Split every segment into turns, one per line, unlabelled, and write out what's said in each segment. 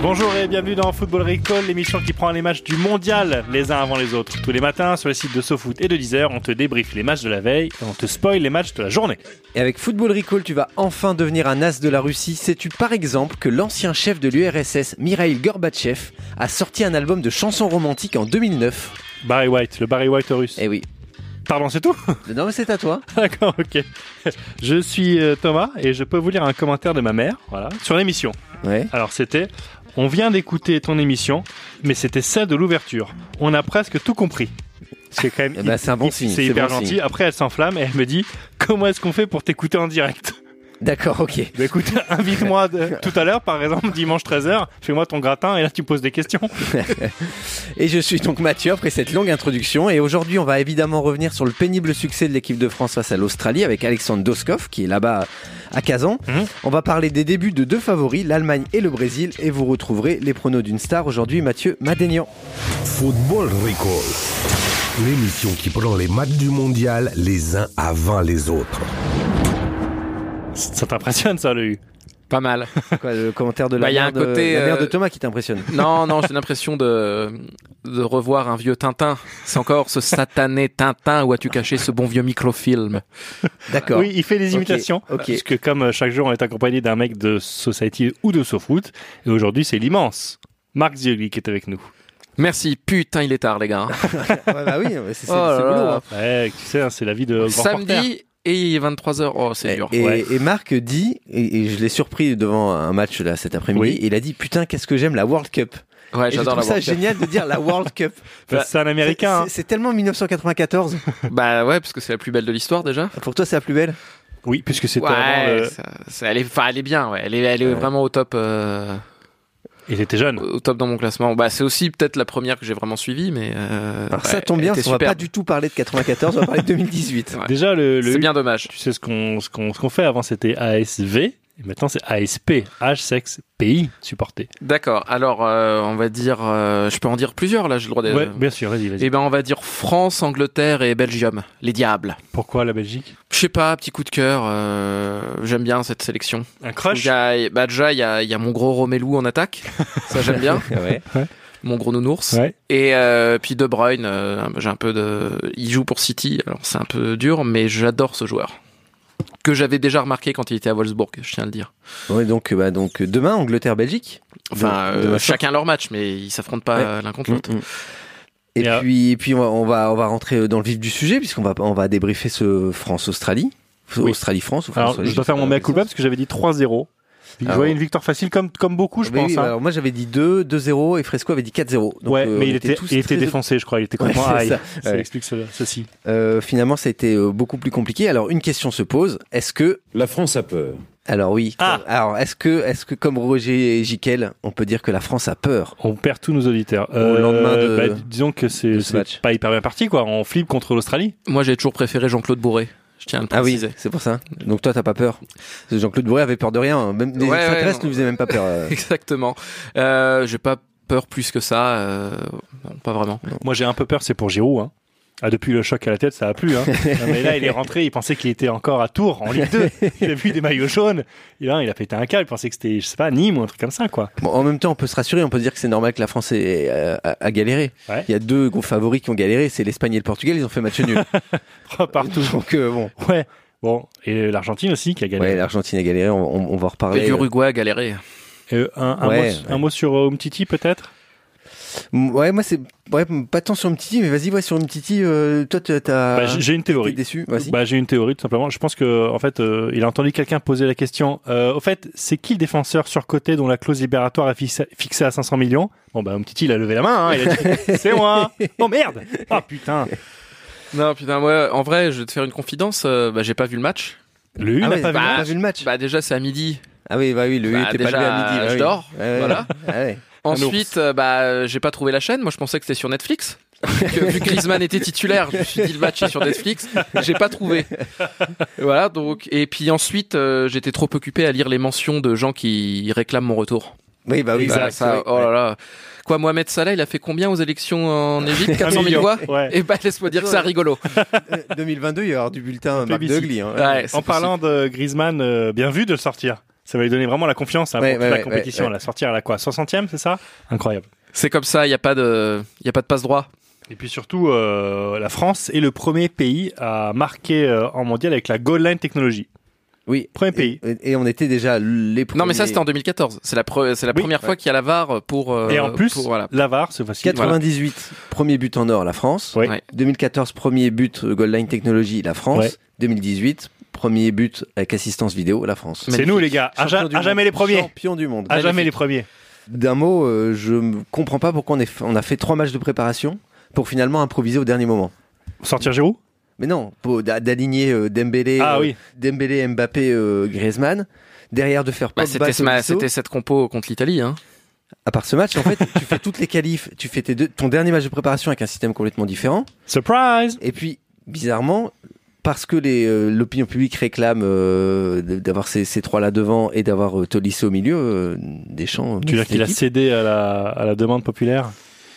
Bonjour et bienvenue dans Football Recall, l'émission qui prend les matchs du mondial les uns avant les autres. Tous les matins, sur les sites de SoFoot et de Deezer, on te débriefe les matchs de la veille et on te spoil les matchs de la journée.
Et avec Football Recall, tu vas enfin devenir un as de la Russie. Sais-tu par exemple que l'ancien chef de l'URSS, Mikhail Gorbatchev, a sorti un album de chansons romantiques en 2009
Barry White, le Barry White russe.
Eh oui.
Pardon, c'est tout
Non mais c'est à toi.
D'accord, ok. Je suis euh, Thomas et je peux vous lire un commentaire de ma mère, voilà, sur l'émission.
Ouais.
Alors c'était On vient d'écouter ton émission, mais c'était celle de l'ouverture. On a presque tout compris. C'est quand même
Eh ben, c'est un bon signe,
C'est
c'est
hyper
bon
gentil.
signe.
Après, elle s'enflamme et elle me dit Comment est-ce qu'on fait pour t'écouter en direct
D'accord, ok.
Bah écoute, invite-moi de- tout à l'heure, par exemple, dimanche 13h, fais-moi ton gratin et là tu me poses des questions.
Et je suis donc Mathieu après cette longue introduction. Et aujourd'hui, on va évidemment revenir sur le pénible succès de l'équipe de France face à l'Australie avec Alexandre Doskov qui est là-bas à Kazan.
Mhm.
On va parler des débuts de deux favoris, l'Allemagne et le Brésil. Et vous retrouverez les pronos d'une star aujourd'hui, Mathieu Madénian.
Football Recall. L'émission qui prend les matchs du mondial les uns avant les autres.
Ça t'impressionne ça, le U
Pas mal.
Quoi, le commentaire de la,
Bah, il y a
mère,
un
de,
côté,
la mère
euh,
de Thomas qui t'impressionne.
Non, non, j'ai l'impression de, de revoir un vieux Tintin. C'est encore ce satané Tintin où as-tu caché ce bon vieux microfilm
D'accord.
Oui, il fait des
Ok,
imitations.
ok.
Parce que comme euh, chaque jour, on est accompagné d'un mec de Society ou de SoFoot, et aujourd'hui, c'est l'immense Marc Zioli qui est avec nous.
Merci, putain, il est tard, les gars.
Ouais, bah oui, mais c'est c'est-
Oh là
c'est boulot,
là.
hein.
Ouais, tu sais, hein, c'est la vie de grand reporter.
Samedi et 23h. Oh, c'est
Et,
dur.
et-
Ouais.
et Marc dit, et, et je l'ai surpris devant un match là cet après-midi,
Oui.
et il a dit putain qu'est-ce que j'aime la World Cup.
Ouais,
Et je
Ah, j'adore
trouve
la
ça
World Cup. hein.
génial de dire la World Cup.
Enfin, C'est un américain.
Bah,
hein.
C'est- C'est tellement 1994.
Bah ouais, parce que c'est la plus belle de l'histoire déjà.
Pour toi, c'est la plus belle
hein. Oui, puisque c'était avant
Ouais,
le-
ça- ça- elle, est, enfin, elle est bien, ouais. Elle est, elle est vraiment au top, euh,
Il était jeune.
au top dans mon classement. Bah, c'est aussi peut-être la première que j'ai vraiment suivie, mais. euh,
Alors
ouais,
ça tombe
elle
bien,
était
parce qu'on va pas
superbe.
du tout parler de 94, on va parler de 2018.
Ouais.
Déjà, le, le
C'est
U,
bien dommage.
tu sais ce qu'on ce qu'on ce qu'on fait avant, c'était ASV. Et maintenant, c'est ASP, âge, sexe, pays supporté.
D'accord. Alors, euh, on va dire, euh, je peux en dire plusieurs là. J'ai le droit de.
Ouais, bien sûr, vas-y, vas-y.
Eh ben, on va dire France, Angleterre et Belgium. Les diables.
Pourquoi la Belgique
Je sais pas, petit coup de cœur. euh, j'aime bien cette sélection.
Un
Il y a- bah déjà, il y a, il y a mon gros Romelu en attaque. Ça, j'aime bien.
Ouais.
Mon gros nounours.
Ouais.
Et euh, puis De Bruyne. euh, j'ai un peu de. Il joue pour City. Alors, c'est un peu dur, mais j'adore ce joueur. Que j'avais déjà remarqué quand il était à Wolfsburg. Je tiens à le dire.
Ouais, donc, euh, bah, donc euh, demain, Angleterre-Belgique.
Enfin,
De-
euh,
de la sorte.
chacun leur match, mais ils s'affrontent pas
Ouais.
euh, l'un contre l'autre.
Mm, mm. Et
Et, euh,
puis, et puis on, va, on, va, on va rentrer euh, dans le vif du sujet, puisqu'on va, on va débriefer ce France-Australie.
Oui.
Australie-France. ou
Alors,
France-Australie,
je dois faire mon
sais
mea
pas.
culpa parce que j'avais dit 3-0. Je
Euh, Ah
voyais
ouais.
une victoire facile comme, comme beaucoup, je
Mais
pense.
oui, bah
hein.
alors moi j'avais dit 2, 2-0 et Fresco avait dit 4-0. Donc,
ouais,
euh, on
mais il était,
tous
il était
très-
défoncé, je crois. Il était
Ouais,
complètement
c'est
high.
ça.
Ça,
Ouais.
explique ce- ceci.
Euh, finalement, ça a été euh, beaucoup plus compliqué. Alors, une question se pose. Est-ce que
La France a peur.
Alors oui.
Ah.
Alors est-ce que est-ce que comme Roger Giquel, on peut dire que la France a peur
On perd tous nos auditeurs.
lendemain de-
bah, disons que c'est
ce
c'est
match.
pas hyper bien parti, quoi. On flippe contre l'Australie.
Moi, j'ai toujours préféré Jean-Claude Bourré. Je tiens à le
Ah oui,
préciser.
c'est pour ça. Donc toi t'as pas peur Parce que Jean-Claude Bourré avait peur de rien. hein. Même les
Ouais,
extraterrestres
ouais, non.
ne faisaient même pas peur. euh.
Exactement. Euh, j'ai pas peur plus que ça. euh, non, pas vraiment.
Moi, j'ai un peu peur, c'est pour Giroud. Hein. Ah, depuis le choc à la tête, ça a plu. Hein. Non, mais là, il est rentré, il pensait qu'il était encore à Tours, en Ligue 2. Il a vu des maillots jaunes. Et là, il a pété un câble, il pensait que c'était, je sais pas, Nîmes ou un truc comme ça, quoi.
Bon, en même temps, on peut se rassurer. On peut se dire que c'est normal que la France ait, euh, a, a galéré.
Ouais.
Il y a deux gros favoris qui ont galéré, c'est l'Espagne et le Portugal. Ils ont fait match nul.
Partout.
Donc euh, bon.
Ouais. Bon, et l'Argentine aussi qui a gagné.
Ouais, l'Argentine a galéré. On, on- on va
Mais
reparler.
l'Uruguay a galéré.
Euh, un, un
Ouais,
mot, un mot sur euh, Umtiti peut-être
M- Ouais, moi c'est ouais, pas tant sur Mtiti, mais vas-y, ouais, sur Mtiti. euh, toi t'as
Bah, j'ai-
t'as-
J'ai une
t'es
théorie.
déçu. Vas-y.
Bah, j'ai une théorie tout simplement. Je pense que en fait, euh, il a entendu quelqu'un poser la question. euh, au fait, c'est qui le défenseur surcoté dont la clause libératoire est fixa- fixée à 500 millions Bon bah Umtiti il a levé la main. hein, il a dit c'est moi. Oh merde. Ah putain.
Non, putain, moi, en vrai, je vais te faire une confidence. euh, bah, j'ai pas vu le match.
Le U
Ah
n'a
ouais,
pas vu.
t'as
le
pas
match.
vu le match.
Bah, déjà, c'est à midi.
Ah oui, bah oui, le
Bah,
t'es pas
déjà,
levé à midi. bah
je
oui.
dors,
Ouais, ouais,
voilà. Ah,
ouais, ouais. Un
Ensuite, euh, bah, j'ai pas trouvé la chaîne. Moi, je pensais que c'était sur Netflix. que vu que Griezmann était titulaire, je me suis dit le match est sur Netflix, j'ai pas trouvé. Voilà, donc et puis ensuite euh, j'étais trop occupé à lire les mentions de gens qui réclament mon retour.
Oui, bah oui,
Bah,
bah,
ça,
oui.
oh là là. Quoi, Mohamed Salah, il a fait combien aux élections en Égypte 400 000 voix
Ouais.
Et bah laisse-moi dire que c'est rigolo.
Euh, 2022, il va y avoir du bulletin Marc
Plébiscite.
Degli. hein.
Ouais, c'est
En parlant de Griezmann, euh, bien vu de le sortir. Ça va lui donner vraiment la confiance hein,
Ouais,
pour
ouais,
toute
ouais,
la compétition.
ouais, ouais.
La sortir à la quoi 60e, c'est ça Incroyable.
C'est comme ça, il n'y a pas de, il y a pas de passe droit.
Et puis surtout, euh, la France est le premier pays à marquer euh, en mondial avec la Gold Line Technology.
Oui.
Premier pays.
Et, et on était déjà les premiers.
Non, mais ça c'était en 2014. C'est la, pre- c'est la
Oui.
première fois qu'il y a la VAR pour. euh,
Et en plus,
pour- voilà.
l'avare, ce fois-ci.
98, premier but en or, la France.
Ouais.
Ouais.
2014, premier but euh, Gold Line Technology, la France.
Ouais.
2018, premier but avec assistance vidéo, la France.
C'est nous, les gars. À, ja-
Champion du
à
monde.
jamais les premiers.
Champion du monde.
À jamais les premiers.
D'un mot, euh, je ne comprends pas pourquoi on, est f- on a fait trois matchs de préparation pour finalement improviser au dernier moment.
Sortir Giroud
Mais non, pour d'a- d'aligner euh, Dembélé,
Ah
euh,
oui.
Dembélé, Mbappé, euh, Griezmann, derrière de faire
Bah,
Pogba,
c'était, ce ma-
Tolisso.
c'était cette compo contre l'Italie. Hein.
À part ce match, en fait, tu fais toutes les qualifs, tu fais tes deux- ton dernier match de préparation avec un système complètement différent.
Surprise
Et puis, bizarrement, parce que les, euh, l'opinion publique réclame euh, d- d'avoir ces, ces trois-là devant et d'avoir euh, Tolisso au milieu, euh, Deschamps.
Tu veux dire
cette
qu'il a
équipe,
cédé à la, à la demande populaire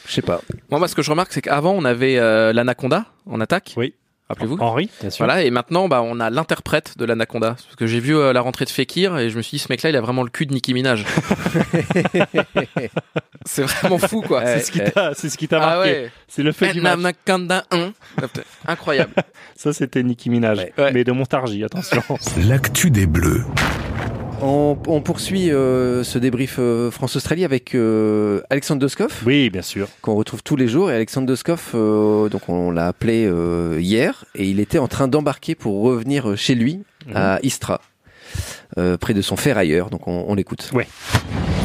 Je sais pas.
Moi, moi, ce que je remarque, c'est qu'avant, on avait euh, l'anaconda en attaque.
Oui.
Rappelez-vous.
Henri
Voilà, et maintenant, bah, on a l'interprète de l'anaconda. Parce que j'ai vu euh, la rentrée de Fekir et je me suis dit, ce mec-là, il a vraiment le cul de Nicki Minaj. c'est vraiment fou, quoi.
Ouais.
C'est ce qui t'a c'est ce qui t'a
Ah
marqué.
ouais.
C'est le fait du match.
Anaconda 1. Incroyable.
Ça, c'était Nicki Minaj.
Ouais.
Ouais.
Mais de Montargis, attention.
L'actu des Bleus.
On, on poursuit euh, ce débrief euh, France-Australie avec euh, Alexandre Doskov.
oui, bien sûr.
qu'on retrouve tous les jours. Et Alexandre Doskov, euh, donc on l'a appelé euh, hier, et il était en train d'embarquer pour revenir euh, chez lui à Istra, euh, près de son ferrailleur. Donc on, on l'écoute.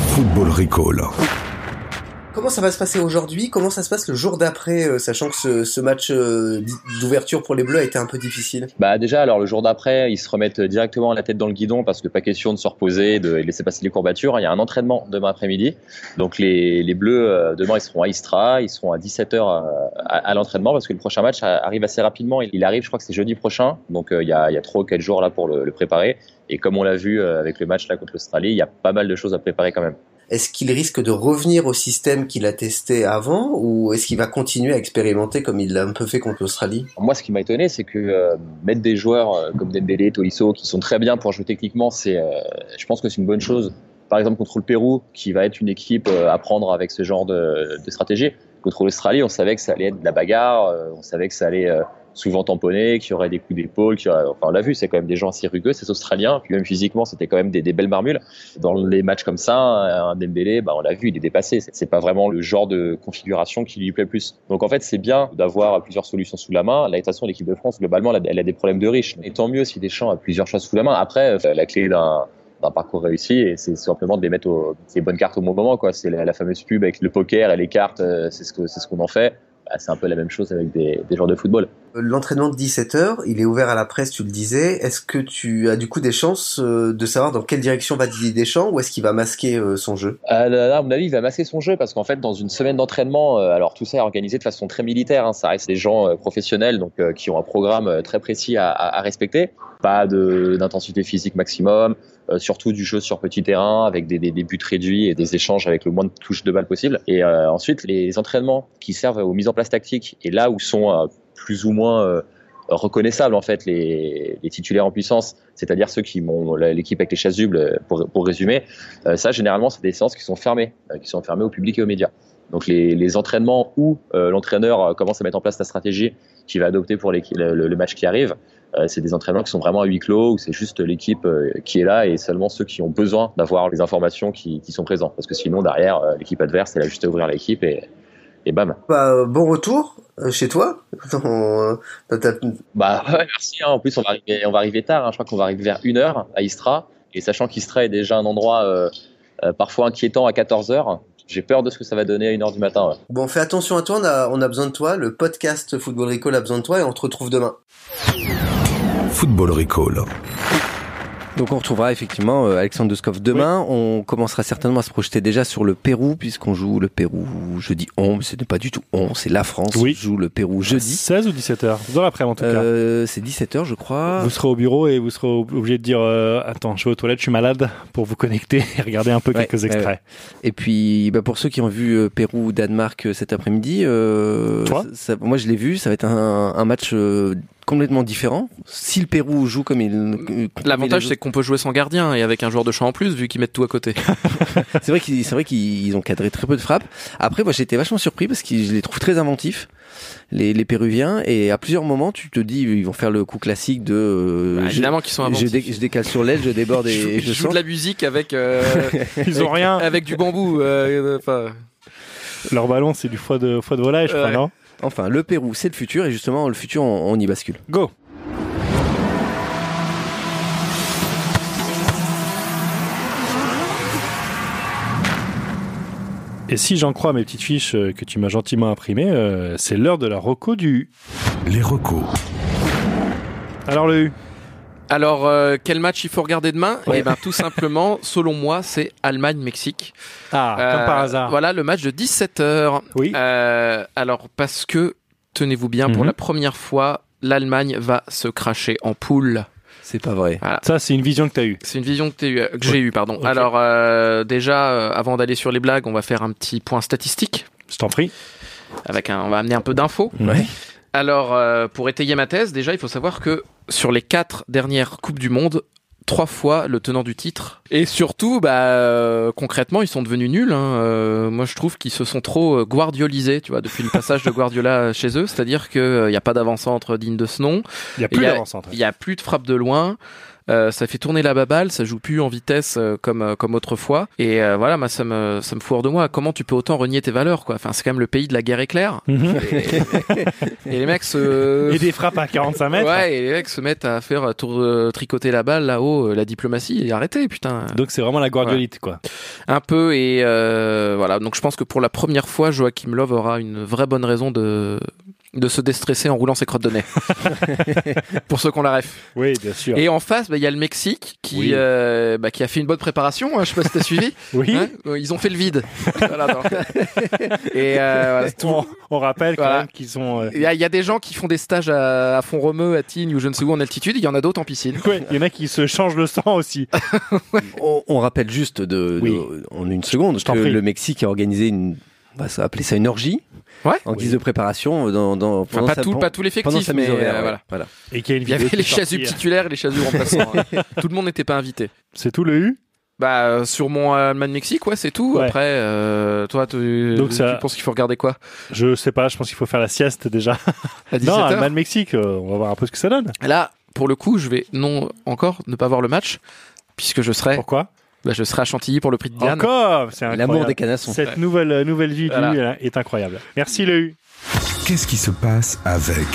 Football Recall.
Comment ça va se passer aujourd'hui Comment ça se passe le jour d'après, euh, sachant que ce, ce match euh, d- d'ouverture pour les Bleus a été un peu difficile
Bah déjà, alors le jour d'après, ils se remettent directement la tête dans le guidon parce que pas question de se reposer, de laisser passer les courbatures. Il y a un entraînement demain après-midi. Donc les, les Bleus, euh, demain, ils seront à Istra, ils seront à 17h à, à l'entraînement parce que le prochain match euh, arrive assez rapidement. Il arrive, je crois que c'est jeudi prochain. Donc euh, il y a, il y a 3 ou 4 jours là pour le, le préparer. Et comme on l'a vu euh, avec le match là contre l'Australie, il y a pas mal de choses à préparer quand même.
Est-ce qu'il risque de revenir au système qu'il a testé avant ou est-ce qu'il va continuer à expérimenter comme il l'a un peu fait contre l'Australie
Moi, ce qui m'a étonné, c'est que euh, mettre des joueurs euh, comme Dembélé, Tolisso, qui sont très bien pour jouer techniquement, c'est, euh, je pense que c'est une bonne chose. Par exemple, contre le Pérou, qui va être une équipe euh, à prendre avec ce genre de, de stratégie. Contre l'Australie, on savait que ça allait être de la bagarre, euh, on savait que ça allait euh, souvent tamponner, qu'il y aurait des coups d'épaule. qu'il y aurait- Enfin, on l'a vu, c'est quand même des gens assez rugueux, ces Australiens. Puis même physiquement, c'était quand même des, des belles marmules. Dans les matchs comme ça, un Dembélé, bah, on l'a vu, il est dépassé. C'est- C'est pas vraiment le genre de configuration qui lui plaît le plus. Donc en fait, c'est bien d'avoir plusieurs solutions sous la main. Là, de toute façon, l'équipe de France, globalement, elle a- elle a des problèmes de riches. Et tant mieux si Deschamps a plusieurs choses sous la main. Après, euh, la clé d'un d'un parcours réussi et c'est simplement de les mettre aux, les bonnes cartes au bon moment quoi c'est la, la fameuse pub avec le poker et les cartes euh, c'est ce que c'est ce qu'on en fait Bah, c'est un peu la même chose avec des, des joueurs de football
Euh, L'entraînement de 17h, il est ouvert à la presse, tu le disais. Est-ce que tu as du coup des chances euh, de savoir dans quelle direction va Didier Deschamps ou est-ce qu'il va masquer euh, son jeu
Euh, là, là, à mon avis, il va masquer son jeu parce qu'en fait, dans une semaine d'entraînement, euh, alors tout ça est organisé de façon très militaire. hein, ça reste des gens euh, professionnels, donc euh, qui ont un programme euh, très précis à, à- à respecter. Pas de- d'intensité physique maximum, euh, surtout du jeu sur petit terrain avec des, des- des buts réduits et des échanges avec le moins de touches de balles possible. Et euh, ensuite, les entraînements qui servent aux mises en place tactiques et là où sont euh, plus ou moins euh, reconnaissables en fait les, les titulaires en puissance, c'est-à-dire ceux qui m'ont l'équipe avec les chasubles euh, pour, pour résumer, euh, ça, généralement, c'est des séances qui sont fermées, euh, qui sont fermées au public et aux médias. Donc les, les entraînements où euh, l'entraîneur euh, commence à mettre en place la stratégie qu'il va adopter pour l'équi- le, le- le match qui arrive, euh, c'est des entraînements qui sont vraiment à huis clos, où c'est juste l'équipe euh, qui est là et seulement ceux qui ont besoin d'avoir les informations qui, qui sont présentes. Parce que sinon, derrière, euh, l'équipe adverse, elle a juste à ouvrir l'équipe et, et bam.
Bah, euh, Bon retour euh, chez toi dans, euh, dans ta-
Bah ouais, merci. hein. En plus, on va arriver, on va arriver tard. hein. Je crois qu'on va arriver vers une heure à Istra. Et sachant qu'Istra est déjà un endroit euh, euh, parfois inquiétant à 14 heures, j'ai peur de ce que ça va donner à une heure du matin. ouais.
Bon, fais attention à toi, on a, on a besoin de toi. Le podcast Football Recall a besoin de toi et on te retrouve demain.
Football Recall.
Donc on retrouvera effectivement euh, Alexandre Doskov demain. On commencera certainement à se projeter déjà sur le Pérou, puisqu'on joue le Pérou, je dis on, mais ce n'est pas du tout on, c'est la France
Oui.
qui joue le Pérou jeudi.
16 ou 17 heures Dans l'après-midi, en tout cas.
Euh, c'est 17h je crois.
Vous serez au bureau et vous serez ob- obligé de dire euh, Attends, je vais aux toilettes, je suis malade, pour vous connecter et regarder un peu
Ouais,
quelques
ouais,
extraits.
Et puis, bah, pour ceux qui ont vu euh, Pérou Danemark euh, cet après-midi, euh,
Toi
ça- moi je l'ai vu. Ça va être un, un match euh, complètement différent. Si le Pérou joue comme il,
L'avantage, c'est qu'on peut jouer sans gardien et avec un joueur de champ en plus, vu qu'ils mettent tout à côté.
c'est vrai qu'ils c'est vrai qu'ils ont cadré très peu de frappes. Après, moi j'étais vachement surpris parce que je les trouve très inventifs. Les, les Péruviens et à plusieurs moments tu te dis ils vont faire le coup classique de euh,
Bah,
je-
évidemment qu'ils sont
je,
inventifs.
dé- je décale sur l'aile je déborde
Ils
et,
jouent-
et
ils
je
jouent
sens
de la musique avec euh,
Ils ont rien.
avec du bambou. euh, enfin,
Leur ballon, c'est du foie de, foie de volaille, je crois,
Ouais.
non
enfin le Pérou c'est le futur et justement le futur on- on y bascule
Go Et si j'en crois mes petites fiches euh, que tu m'as gentiment imprimées, euh, c'est l'heure de la reco du...
Les recos.
Alors le U
Alors, euh, quel match il faut regarder demain
Ouais.
Eh ben, tout simplement, selon moi, c'est Allemagne-Mexique.
Ah,
Euh,
comme par hasard.
Voilà, le match de 17h.
Oui.
Euh, alors, parce que, tenez-vous bien, pour
Mhm.
la première fois, l'Allemagne va se cracher en poule.
c'est pas vrai
Ça, c'est une vision que t'as eue.
C'est une vision que, t'as eue- que j'ai eue, pardon.
Ok.
Alors, euh, déjà, euh, avant d'aller sur les blagues, on va faire un petit point statistique.
Je t'en prie.
Avec un, on va amener un peu d'infos.
Ouais.
Alors, euh, pour étayer ma thèse, déjà, il faut savoir que sur les quatre dernières Coupes du Monde, trois fois le tenant du titre. Et surtout, bah, euh, concrètement, ils sont devenus nuls. hein. Euh, moi, je trouve qu'ils se sont trop euh, guardiolisés, tu vois, depuis le passage de Guardiola chez eux. C'est-à-dire qu'il n'y a pas d'avant-centre digne de ce nom.
Il n'y a plus
Il y a-
d'avance. en fait.
Il n'y a plus de frappe de loin. Euh, ça fait tourner la baballe, ça joue plus en vitesse euh, comme euh, comme autrefois. Et euh, voilà, moi ça me ça me fout hors de moi. Comment tu peux autant renier tes valeurs quoi Enfin, c'est quand même le pays de la guerre éclair.
Mhm.
Et les mecs se
Et des frappes à 45 mètres.
ouais, et les mecs se mettent à faire euh, tour, euh, tricoter la balle là-haut, euh, la diplomatie et arrêtez putain.
Donc c'est vraiment la guardiolite, quoi.
Un peu et euh, voilà. Donc je pense que pour la première fois, Joachim Love aura une vraie bonne raison de de se déstresser en roulant ses crottes de nez. pour ceux qu'on la rêve.
Oui, bien sûr.
Et en face, bah, il y a le Mexique qui,
Oui.
euh, bah, qui a fait une bonne préparation. hein, je sais pas si t'as suivi.
Oui,
Hein Euh, Ils ont fait le vide. Voilà, dans- Et euh, voilà, c'est tout.
on, on rappelle quand
Voilà.
même qu'ils sont... euh,
Il y, a- il y a des gens qui font des stages à, à Font-Romeu, à Tignes ou je ne sais où en altitude. Il y en a d'autres en piscine.
Ouais, il y en a qui se changent le sang aussi.
On, on rappelle juste de, de-
Oui.
en une seconde
t'en
que
prie.
le Mexique a organisé une, on va ça appeler ça une orgie
Ouais.
en guise de préparation euh, dans, dans
Enfin,
pendant
pas,
sa-
tout,
pen-
pas tous les
pendant
fictifs,
sa
mais
mise au
euh,
vert,
voilà.
voilà.
Et qu'il y a une
Il y
vidéo
avait
qui
les
est
chasses
sortie. hein.
titulaires et les chasses remplaçants. hein. Tout le monde n'était pas invité.
C'est tout le U
Bah, euh, sur mon Allemagne-Mexique, ouais, c'est tout.
Ouais.
Après, euh, toi, tu,
Donc
tu
ça-
penses qu'il faut regarder quoi
Je sais pas, je pense qu'il faut faire la sieste déjà.
À 17
Non,
heures
Allemagne-Mexique, euh, on va voir un peu ce que ça donne.
Là, pour le coup, je vais non encore ne pas voir le match puisque je serai,
Pourquoi
bah, je serai à Chantilly pour le prix de Diane.
Encore C'est
L'amour des
incroyable.
canassons.
Cette nouvelle, euh, nouvelle vie
Voilà.
du U euh, est incroyable. Merci le U.
Qu'est-ce qui se passe avec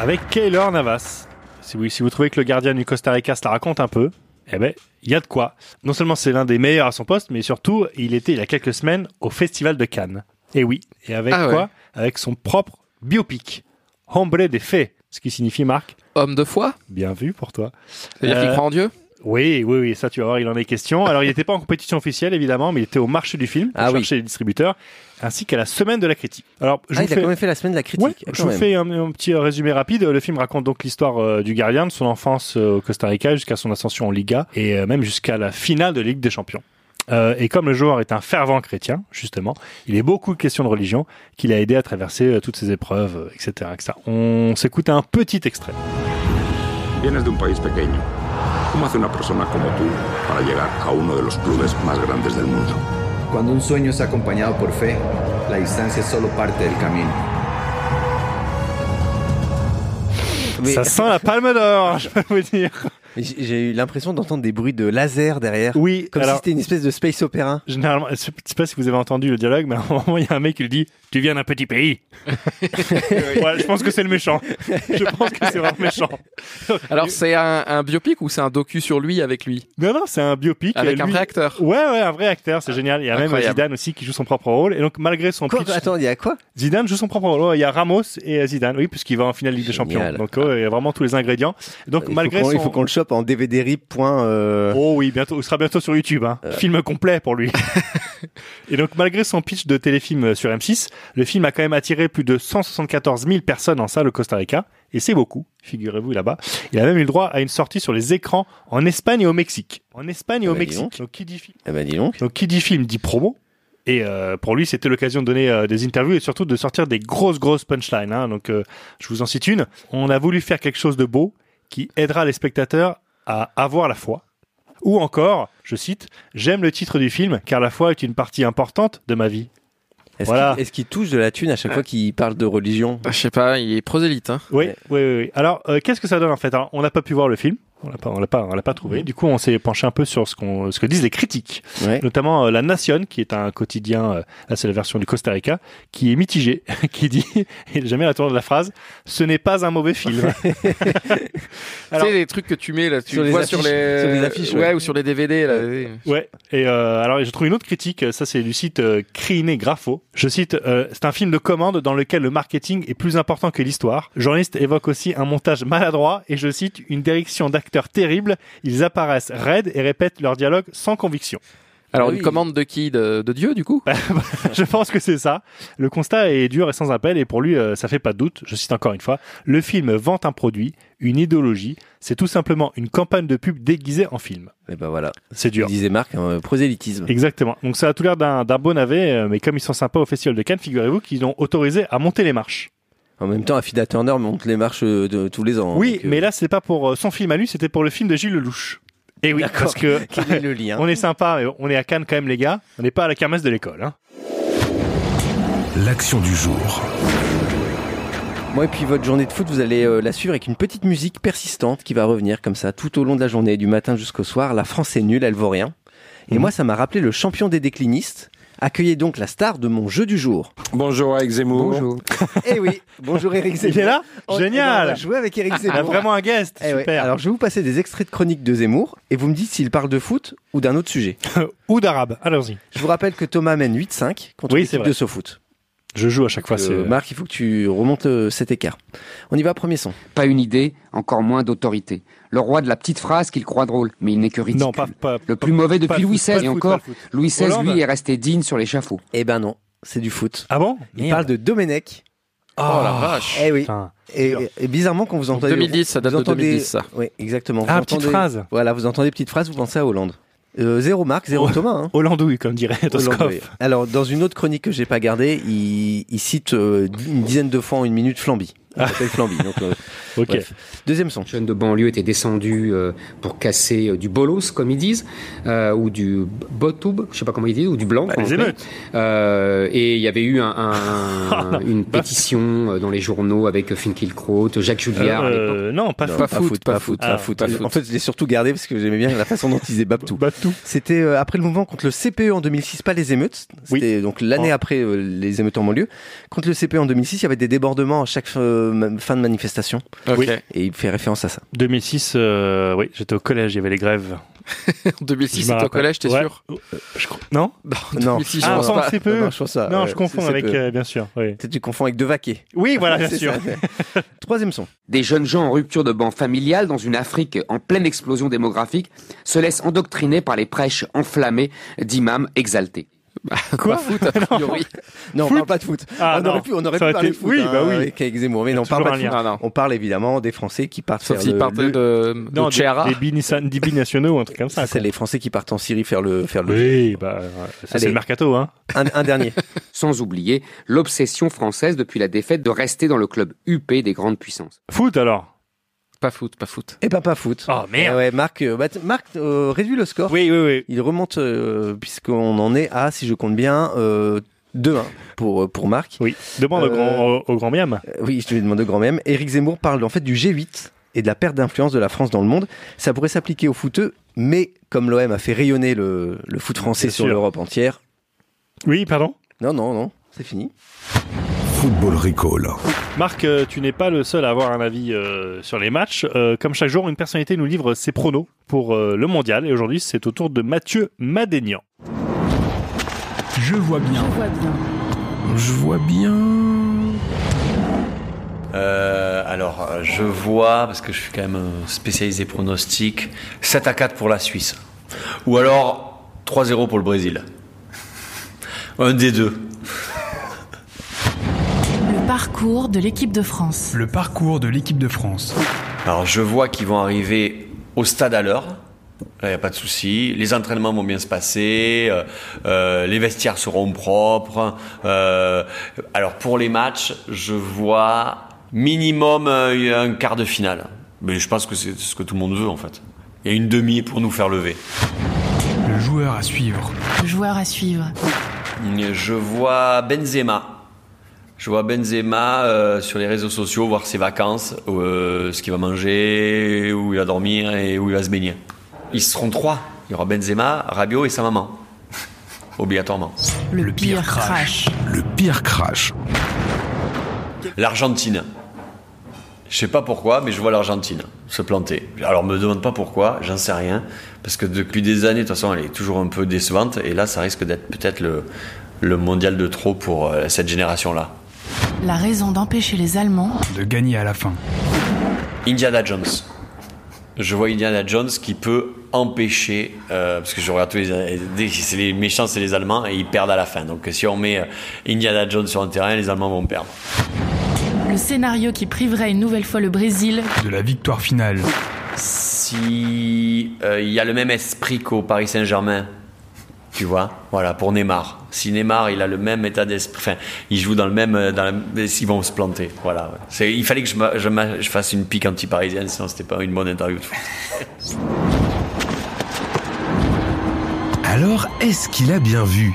Avec Kaylor Navas. Si vous, si vous trouvez que le gardien du Costa Rica se la raconte un peu, eh ben, il y a de quoi. Non seulement c'est l'un des meilleurs à son poste, mais surtout, il était il y a quelques semaines au Festival de Cannes. Et oui, et avec
Ah ouais.
quoi Avec son propre biopic, Hombre de Fe, ce qui signifie Marc.
Homme de foi,
Bien vu pour toi.
c'est-à-dire
Euh,
qu'il croit en Dieu.
Oui, oui, oui, ça tu vas voir, il en est question. Alors il n'était pas en compétition officielle évidemment, mais il était au marché du film, pour
Ah oui.
chercher les distributeurs, ainsi qu'à la semaine de la critique. Alors je
Ah,
vous
il a
fais-
quand même fait la semaine de la critique.
Ouais,
Ah,
je
quand
vous
même.
fais un, un petit euh, résumé rapide. Le film raconte donc l'histoire euh, du gardien, de son enfance euh, au Costa Rica jusqu'à son ascension en Liga et euh, même jusqu'à la finale de Ligue des Champions. Euh, et comme le joueur est un fervent chrétien, justement, il est beaucoup question de religion qui l'a aidé à traverser euh, toutes ces épreuves, euh, etc., etc. On s'écoute un petit extrait.
Vienes de un país pequeño. ¿Cómo hace una persona como tú para llegar a uno de los clubes más grandes del mundo?
Cuando un sueño es acompañado por fe, la distancia es solo parte del camino.
Mais-
Ça sent la palme d'or, je peux vous dire.
mais J'ai j'ai eu l'impression d'entendre des bruits de laser derrière.
Oui,
Comme si
alors,
c'était une espèce de space opéra.
généralement, je sais pas si vous avez entendu le dialogue, mais à un moment, il y a un mec qui lui dit Tu viens d'un petit pays. Ouais, je pense que c'est le méchant. Je pense que c'est vraiment méchant.
Alors c'est un, un biopic ou c'est un docu sur lui avec lui,
Non, non, c'est un biopic.
avec
et
un
lui-
vrai acteur.
Ouais, ouais, un vrai acteur, c'est génial. Il y a même
Incroyable.
Zidane aussi qui joue son propre rôle. Et donc, malgré son
Quoi
pitch,
Attends, il y a quoi
Zidane joue son propre rôle. Ouais, Il y a Ramos et euh, Zidane, oui, puisqu'il va en finale Ligue des
Génial.
Champions. Donc, ouais, il y a vraiment tous les ingrédients. Donc,
il faut
malgré
qu'on-
son...
Il faut qu'on le chope Klopp en DVD rip. Point, euh,
Oh oui, bientôt, il sera bientôt sur YouTube. Hein. Film complet pour lui. et donc, malgré son pitch de téléfilm euh, sur M6, le film a quand même attiré plus de 174 000 personnes en salle au Costa Rica. Et c'est beaucoup, figurez-vous là-bas. Il a même eu le droit à une sortie sur les écrans en Espagne et au Mexique. En Espagne et
Ah
au
bah, dis
Mexique.
donc.
Donc, qui dit film
Eh ben dis donc.
donc qui dit film dit promo. Et euh, pour lui, c'était l'occasion de donner euh, des interviews et surtout de sortir des grosses, grosses punchlines. hein. Donc euh, je vous en cite une. On a voulu faire quelque chose de beau qui aidera les spectateurs à avoir la foi. Ou encore, je cite, j'aime le titre du film car la foi est une partie importante de ma vie.
Est-ce
Voilà.
qu'il- est-ce qu'il touche de la thune à chaque fois qu'il parle de religion
Ah, Je sais pas, il est prosélyte. Hein.
Oui,
Ouais.
oui, oui. oui. Alors, euh, qu'est-ce que ça donne en fait Alors, On n'a pas pu voir le film. On l'a pas, on l'a pas, on l'a pas trouvé. Du coup, on s'est penché un peu sur ce qu'on, ce que disent les critiques.
Ouais.
notamment euh, La Nation, qui est un quotidien, euh, là c'est la version du Costa Rica, qui est mitigé, qui dit, et jamais la tournure de la phrase, ce n'est pas un mauvais film. Alors-
tu sais, les trucs que tu mets là, tu
Sur les
vois
affiches-
sur les...
sur les affiches, ouais.
ouais. ou sur les DVD là.
ouais. Et euh, alors je trouve une autre critique, euh, ça c'est du site euh, Criné Graffo. Je cite, euh, c'est un film de commande dans lequel le marketing est plus important que l'histoire. Le Journaliste évoque aussi un montage maladroit et je cite une direction d'acteurs terrible. Ils apparaissent raides et répètent leur dialogue sans conviction.
Alors
Ah
une
oui.
commande de qui de, de Dieu du coup
Je pense que c'est ça. Le constat est dur et sans appel, et pour lui, euh, ça fait pas de doute. Je cite encore une fois le film vante un produit, une idéologie. C'est tout simplement une campagne de pub déguisée en film.
Eh ben voilà.
C'est dur.
Disait Marc, hein, prosélytisme.
Exactement. Donc ça a tout l'air d'un d'un bon navet, euh, mais comme ils sont sympas au Festival de Cannes, figurez-vous qu'ils l'ont autorisé à monter les marches.
En même temps, Afida Turner monte les marches euh, de, tous les ans.
oui,
donc, euh,
mais là, c'est pas pour euh, son film à lui, c'était pour le film de Gilles Lelouch. Et Eh oui,
D'accord.
parce que
quel est le lien
on est sympa, mais on est à Cannes quand même, les gars. On n'est pas à la kermesse de l'école. Hein.
L'action du jour.
Moi, et puis votre journée de foot, vous allez euh, la suivre avec une petite musique persistante qui va revenir comme ça tout au long de la journée, du matin jusqu'au soir. La France est nulle, elle vaut rien.
Mhm.
Et moi, ça m'a rappelé le champion des déclinistes. Accueillez donc la star de mon jeu du jour.
Bonjour Eric Zemmour.
Eh oui, bonjour Eric
Il
Zemmour.
est là
On- eh ben, On va
Génial
jouer avec Eric
On
Zemmour.
a vraiment un guest.
Eh ouais.
Super.
Alors, je vais vous passer des extraits de chronique de Zemmour et vous me dites s'il parle de foot ou d'un autre sujet.
Ou d'arabe. Allons-y.
Je vous rappelle que Thomas mène 8-5 contre
Oui, c'est
l'équipe
vrai.
de SoFoot.
Je joue à chaque fois.
Euh,
c'est-
Marc, il faut que tu remontes euh, cet écart. On y va, premier son.
Pas une idée, encore moins d'autorité. Le roi de la petite phrase qu'il croit drôle, mais il n'est que ridicule.
non, pas, pas-
le
pas-
plus mauvais
pas
depuis
le
Louis
foot, pas le
XVI et
foot,
encore.
pas le foot.
Louis XVI,
Hollande
lui, est resté digne sur l'échafaud.
Eh ben non, c'est du foot.
Ah bon
Il parle de Domenech.
Oh la vache.
Eh oui.
Putain.
Et, et bizarrement, quand vous entendez.
2010, ça date
vous
de
entendez-
2010, ça.
Oui, exactement. Vous
Ah, petite
entendez-
phrase.
Voilà, vous entendez petite phrase, vous pensez à Hollande. Euh, zéro Marc, zéro
Oh.
Thomas. hein.
Hollandouille, comme dirait
Hollande,
Toskov.
oui. Alors, dans une autre chronique que j'ai pas gardée, il, il cite euh, une dizaine de fois en une minute Flamby. Il
Ah.
s'appelle Flamby. Donc, euh,
Ok.
bref. Deuxième son.
Les jeunes de banlieue étaient descendus euh, pour casser euh, du bolos, comme ils disent, euh, ou du botoub, je sais pas comment ils disent, ou du blanc.
Bah,
en
les
anglais.
émeutes.
Euh, et il y avait eu un- un- une pétition euh, dans les journaux avec Finkielkraut, Jacques Julliard à l'époque.
Euh, non, pas
Non,
foot.
pas foot,
Ah,
pas foot.
pas foot.
En fait, je l'ai surtout gardé parce que j'aimais bien la façon dont ils disaient Babtou.
Bah, tout.
C'était euh, après le mouvement contre le CPE en 2006, pas les émeutes. C'était donc l'année
Oh.
après euh, les émeutes en banlieue. Contre le CPE en 2006, il y avait des débordements à chaque euh, ma- fin de manifestation.
Ok.
Oui.
Et il fait référence à ça.
2006, euh, oui, j'étais au collège, il y avait les grèves.
En
Je
2006,
me
c'était au
rappelle.
collège, t'es
Ouais.
sûr
Euh, je crois- Non
Non,
2006,
Ah,
je pense
attends,
pas.
c'est peu.
Non, je pense ça,
Non,
ouais.
je confonds
C'est
avec,
CPE.
euh, bien sûr. Oui,
Peut-être tu confonds avec Devaquet.
oui voilà, bien
C'est
sûr.
ça. Troisième son.
Des jeunes gens en rupture de banc familial dans une Afrique en pleine explosion démographique se laissent endoctriner par les prêches enflammées d'imams exaltés.
Pas foot, a priori.
Non,
Foot.
on parle pas de foot.
Ah,
on
non.
aurait pu, on aurait
Ça aurait
pu parler
été-
de foot.
oui,
hein,
bah oui.
Avec Eric Zemmour, mais non, on
toujours
parle pas
un
de
lien.
foot.
Non, non.
On parle évidemment des Français qui partent
Sauf
faire
s'il
le-
partait
le-
de,
Non,
de Chera.
des, des bini- des binationaux, un truc comme ça.
Ça, c'est
quoi.
les Français qui partent en Syrie faire le faire le.
Oui, bah, euh, ça
Allez.
c'est le mercato, hein.
Un, un dernier.
Sans oublier l'obsession française depuis la défaite de rester dans le club huppé des grandes puissances.
Foot alors
Pas foot, pas foot.
Et pas pas foot.
Oh
Eh
merde
ouais, Marc, euh, bah, t- Marc euh, réduis le score.
Oui, oui, oui.
Il remonte euh, puisqu'on en est à, si je compte bien, euh, 2-1 pour, euh, pour Marc.
Oui, demande au,
Euh,
grand, au, au grand Miam.
Euh, oui, je te l'ai demandé au grand même. Éric Zemmour parle en fait du G8 et de la perte d'influence de la France dans le monde. Ça pourrait s'appliquer au footeux, mais comme l'OM a fait rayonner le, le foot français
Bien
sur
sûr.
l'Europe entière.
Oui, pardon
Non, non, non, c'est fini.
Football Recall.
Marc, euh, tu n'es pas le seul à avoir un avis euh, sur les matchs. Euh, comme chaque jour, une personnalité nous livre ses pronos pour euh, le mondial. Et aujourd'hui, c'est au tour de Mathieu Madénian.
Je vois bien.
Je vois bien.
Euh, alors, euh, je vois, parce que je suis quand même euh, spécialisé pronostic, 7 à 4 pour la Suisse. Ou alors 3-0 pour le Brésil. Un des deux.
Le parcours de l'équipe de France.
Le parcours de l'équipe de France.
Alors, je vois qu'ils vont arriver au stade à l'heure. Là, il n'y a pas de souci. Les entraînements vont bien se passer. euh, euh, les vestiaires seront propres. Euh, alors, pour les matchs, je vois minimum euh, un quart de finale. Mais je pense que c'est ce que tout le monde veut, en fait. Il y a une demi pour nous faire lever.
Le joueur à suivre.
Le joueur à suivre.
Je vois Benzema. Je vois Benzema euh, sur les réseaux sociaux voir ses vacances, euh, ce qu'il va manger, où il va dormir et où il va se baigner. Ils seront trois. Il y aura Benzema, Rabiot et sa maman. Obligatoirement.
Le, pire, crash.
Le pire crash. L'Argentine. Je sais pas pourquoi, mais je vois l'Argentine se planter. Alors me demande pas pourquoi, j'en sais rien, parce que depuis des années, de toute façon, elle est toujours un peu décevante, et là, ça risque d'être peut-être le, le mondial de trop pour euh, cette génération-là.
La raison d'empêcher les Allemands.
De gagner à la fin.
Indiana Jones. Je vois Indiana Jones qui peut empêcher, euh, parce que je regarde tous les, dès que c'est les méchants, c'est les Allemands, et ils perdent à la fin. Donc si on met euh, Indiana Jones sur un terrain, les Allemands vont perdre.
Le scénario qui priverait une nouvelle fois le Brésil.
De la victoire finale.
Si euh, il y a le même esprit qu'au Paris Saint-Germain, tu vois, voilà, pour Neymar. Si Neymar, il a le même état d'esprit, enfin, il joue dans le même, euh, dans la- ils vont se planter, voilà. ouais. C'est- Il fallait que je, m'a- je m'a- je fasse une pique anti-parisienne, sinon c'était pas une bonne interview de foot.
Alors, est-ce qu'il a bien vu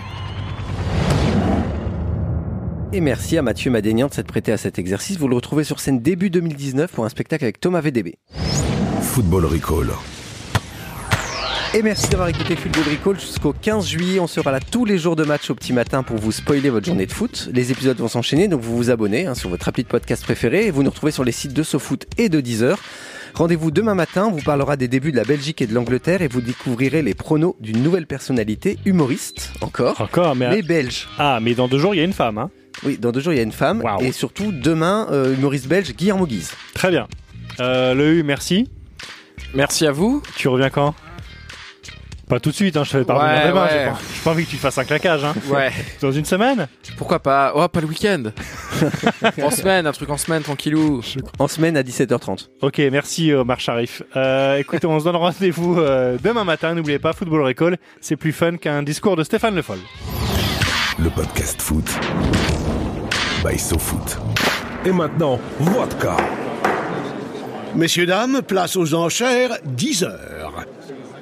Et merci à Mathieu Madénian de s'être prêté à cet exercice. Vous le retrouvez sur scène début 2019 pour un spectacle avec Thomas VDB.
Football Recall.
Et merci d'avoir écouté Football Recall jusqu'au 15 juillet. On sera là tous les jours de match au petit matin pour vous spoiler votre journée de foot. Les épisodes vont s'enchaîner, donc vous vous abonnez hein, sur votre appli de podcast préféré et vous nous retrouvez sur les sites de SoFoot et de Deezer. Rendez-vous demain matin, on vous parlera des débuts de la Belgique et de l'Angleterre et vous découvrirez les pronos d'une nouvelle personnalité humoriste, encore,
Encore, mais.
les Belges.
Ah, mais dans deux jours, il y a une femme. Hein.
Oui, dans deux jours, il y a une femme et surtout demain, euh, humoriste belge Guillermo Guise.
Très bien. Euh, le U, merci.
Merci à vous.
Tu reviens quand Pas tout de suite, hein, je te fais parvenir
Ouais,
demain.
ouais.
J'ai pas- J'ai pas envie que tu fasses un claquage. Hein.
Ouais.
Dans une semaine
Pourquoi pas Oh, pas le week-end. en semaine, un truc en semaine, tranquillou.
En semaine à 17h30.
Ok, merci Omar Sharif. Euh, écoutez, on se donne rendez-vous euh, demain matin. N'oubliez pas, Football Recall, c'est plus fun qu'un discours de Stéphane Le Foll.
Le podcast foot by SoFoot. Et maintenant, vodka.
Messieurs, dames, place aux enchères, 10 heures.